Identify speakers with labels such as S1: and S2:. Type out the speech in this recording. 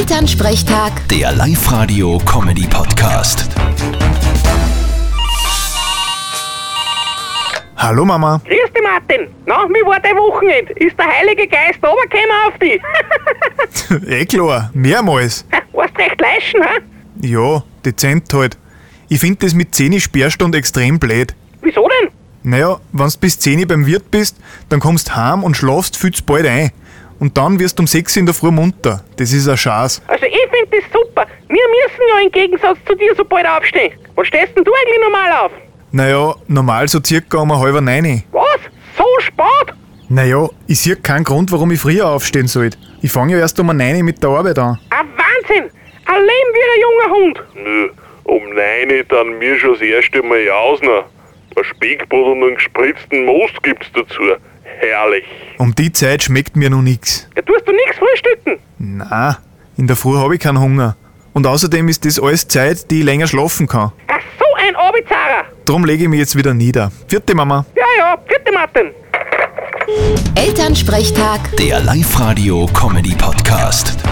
S1: Elternsprechtag,
S2: Der Live-Radio-Comedy-Podcast.
S3: Hallo Mama.
S4: Grüß dich, Martin. Na, wie war dein Wochenende? Ist der Heilige Geist runtergekommen auf dich?
S3: Eh klar, mehrmals.
S4: Warst recht leischen, hä?
S3: Ja, dezent halt. Ich find das mit 10 Sperrstunde extrem blöd.
S4: Wieso denn?
S3: Naja, wenn's bis 10 beim Wirt bist, dann kommst heim und schlafst viel zu bald ein. Und dann wirst um 6 in der Früh munter. Das ist ein Schatz.
S4: Also, ich find das super. Wir müssen ja im Gegensatz zu dir so bald aufstehen. Was stehst denn du eigentlich normal auf?
S3: Naja, normal so circa um halber neun.
S4: Was? So spät?
S3: Naja, ich sehe keinen Grund, warum ich früher aufstehen sollte. Ich fange ja erst um neun mit der Arbeit an.
S4: Ein Wahnsinn! Ein Leben wie ein junger Hund.
S5: Nö, um 9 dann mir schon das erste Mal Jausner. Ein Speckbrot und einen gespritzten Most gibt's dazu. Herrlich.
S3: Um die Zeit schmeckt mir noch nix.
S4: Ja, tust du nichts frühstücken?
S3: Na, in der Früh habe ich keinen Hunger. Und außerdem ist das alles Zeit, die ich länger schlafen kann.
S4: Ach, so ein Abizarrer.
S3: Drum lege ich mich jetzt wieder nieder. Vierte Mama.
S4: Ja, ja, vierte Martin.
S1: Elternsprechtag.
S2: Der Live-Radio-Comedy-Podcast.